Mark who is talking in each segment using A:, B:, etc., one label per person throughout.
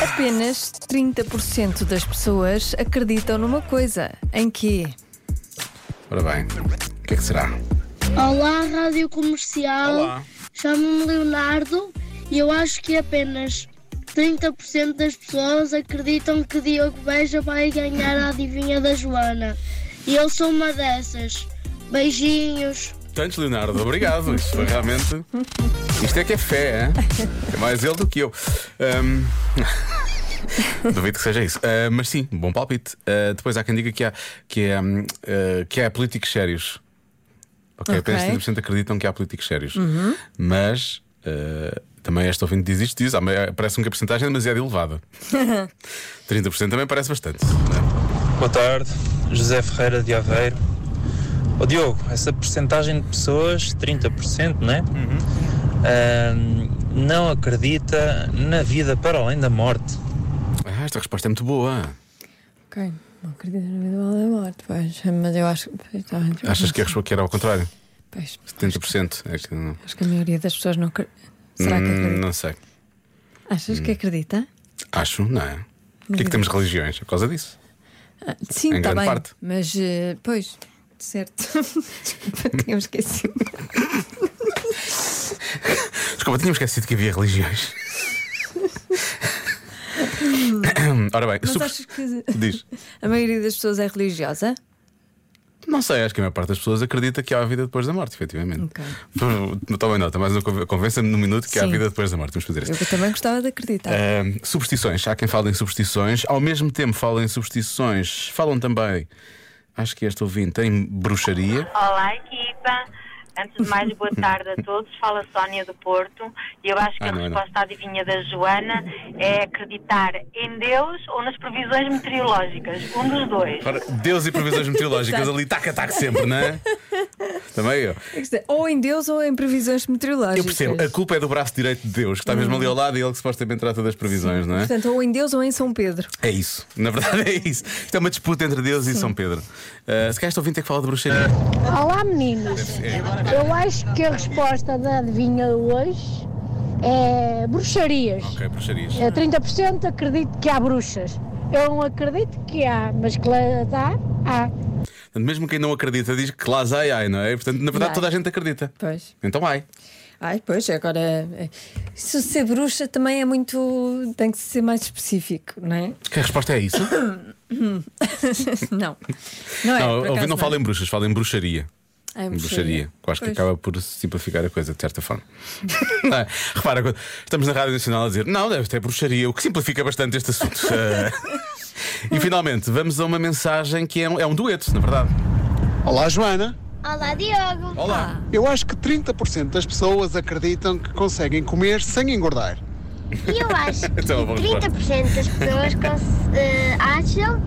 A: Apenas 30% das pessoas acreditam numa coisa. Em quê?
B: Ora bem, o que é que será?
C: Olá, Rádio Comercial.
B: Olá.
C: Chamo-me Leonardo e eu acho que apenas 30% das pessoas acreditam que Diogo Beja vai ganhar a adivinha da Joana. E eu sou uma dessas. Beijinhos.
B: Tantos, Leonardo, obrigado. Isto foi realmente. Isto é que é fé, hein? é mais ele do que eu. Ahm, Duvido que seja isso. Ah, mas sim, bom palpite. Ah, depois há quem diga que há, que há, hum, ah, que há políticos sérios.
A: Ok.
B: Ok, apenas 30% acreditam que há políticos sérios. Mas ah, também esta ouvinte diz isto, diz, ah, mas parece que a porcentagem é demasiado elevada. 30% também parece bastante. não é?
D: Boa tarde, José Ferreira de Aveiro. Ó Diogo, essa porcentagem de pessoas, 30%, né? Ahm, não acredita na vida para além da morte.
B: Ah, esta resposta é muito boa.
A: Ok, não acredito na vida da morte, pois. Mas eu acho que.
B: Achas que é a resposta que era ao contrário?
A: Pois,
B: 70%. É que não.
A: acho que a maioria das pessoas não acredita. Será que
B: Hum,
A: acredita?
B: Não Hum. sei.
A: Achas que acredita?
B: Acho, não é? Porquê é que temos religiões? É por causa disso.
A: Ah, Sim,
B: Em
A: está
B: grande
A: bem.
B: parte.
A: Mas, eh, pois, certo. Desculpa, tinha esquecido.
B: Desculpa, tinha esquecido que havia religiões. Ora bem,
A: Mas
B: super-
A: achas que
B: diz.
A: a maioria das pessoas é religiosa?
B: Não sei, acho que a maior parte das pessoas acredita que há vida depois da morte, efetivamente.
A: Ok.
B: Toma nota, mas não conven- convença-me num minuto que há
A: Sim.
B: vida depois da morte. Vamos fazer isso.
A: Eu também gostava de acreditar.
B: Ahm, superstições, há quem fala em superstições, ao mesmo tempo falam em superstições, falam também, acho que este ouvinte, em bruxaria.
E: Olá, equipa. Antes de mais, boa tarde a todos. Fala Sónia do Porto. E eu acho que
B: Ah,
E: a
B: não é não.
E: resposta à adivinha da Joana é acreditar em Deus ou nas previsões meteorológicas. Um dos dois.
B: Ora, Deus e previsões meteorológicas ali, taca, taca sempre, não é? Também eu.
A: Isto é, Ou em Deus ou em previsões meteorológicas.
B: Eu percebo, a culpa é do braço direito de Deus, que está mesmo ali ao lado e ele que supostamente trata das previsões, não é?
A: Portanto, ou em Deus ou em São Pedro.
B: É isso, na verdade é isso. Isto é uma disputa entre Deus e São Pedro. Ah, se calhar estou ouvindo ter que falar de bruxaria.
F: Olá meninos, eu acho que a resposta da adivinha hoje é bruxarias. É
B: Ok, bruxarias.
A: É.
F: Eu 30% acredito que há bruxas. Eu não acredito que há, mas que lá dá, há.
B: Portanto, mesmo quem não acredita diz que lá ai, ai, não é? Portanto, na verdade
A: Ai.
B: toda a gente acredita.
A: Pois.
B: Então ai.
A: Ai, pois, agora. é- Se ser bruxa também é muito. tem que ser mais específico, não é?
B: Que a resposta é isso?
A: não. Não é?
B: não,
A: por
B: ouvi,
A: acaso
B: não fala em bruxas, fala em bruxaria.
A: Ah, em
B: Bruxaria. que eu Acho que
A: Pois.
B: acaba por simplificar a coisa, de certa forma. Não é? Repara, quando estamos na Rádio Nacional a dizer não, deve ter bruxaria, o que simplifica bastante este assunto. Eh, e finalmente, vamos a uma mensagem que é um, é um dueto, na verdade.
G: Olá, Joana.
C: Olá, Diogo.
B: Olá.
G: Eu acho que 30% das pessoas acreditam que conseguem comer sem engordar.
C: E eu acho que
B: Então, vamos lá.
C: 30% das pessoas cons- eh, acham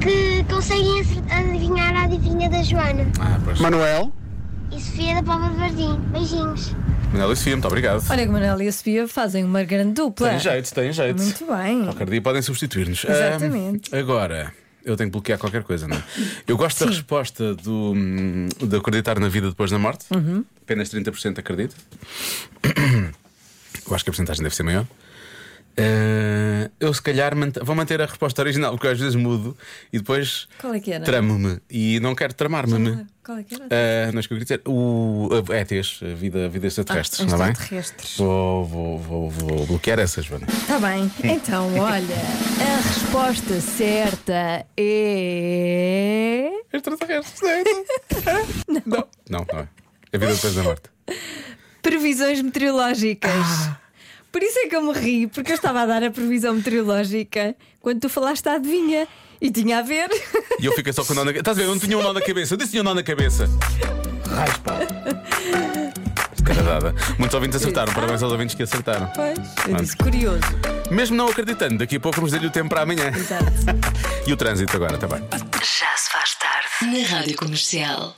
C: que conseguem acert- adivinhar a adivinha da Joana.
B: Ah, pois.
G: Manuel,
C: E Sofia da Pova de Vardim. Beijinhos.
B: Manuel e Sofia, muito obrigado.
A: Olha que Manuel e a Sofia fazem uma grande dupla.
B: Tem jeito, tem jeito.
A: Muito bem.
B: Qualquer dia podem substituir-nos.
A: Exatamente.
B: Ah, agora, eu tenho que bloquear qualquer coisa, não é? Eu gosto da resposta do, hum, de acreditar na vida depois da morte.
A: Uhum.
B: Apenas 30% acredito. Eu acho que a porcentagem deve ser maior. Ah, eu, se calhar, mant- vou manter a resposta original, porque eu às vezes mudo e depois
A: Qual é que era?
B: tramo-me. E não quero tramar-me.
A: Qual é que era?
B: Ah, não é isso que eu queria dizer. O, a, ETs, a vida, a vida extraterrestre,
A: Ah,
B: não é bem?
A: extraterrestres.
B: Vou, vou, vou, vou bloquear essas, Joana.
A: Está bem. Então, olha, a resposta certa é.
B: Extraterrestres, não é? não. não. Não, não é. A vida depois da morte.
A: Previsões meteorológicas. Por isso é que eu me ri, porque eu estava a dar a previsão meteorológica quando tu falaste a adivinha. E tinha a ver.
B: E eu fiquei só com o nó na cabeça. Estás a ver? Eu não tinha um nó na cabeça. Eu disse que tinha um nó na cabeça. Raios, pá. Caralhada. Muitos ouvintes acertaram. Parabéns aos ouvintes que acertaram.
A: Pois, eu
B: Pronto.
A: disse curioso.
B: Mesmo não acreditando, daqui a pouco vamos dar-lhe o tempo para amanhã.
A: Exato.
B: E o trânsito agora, está bem.
H: Já se faz tarde na Rádio Comercial.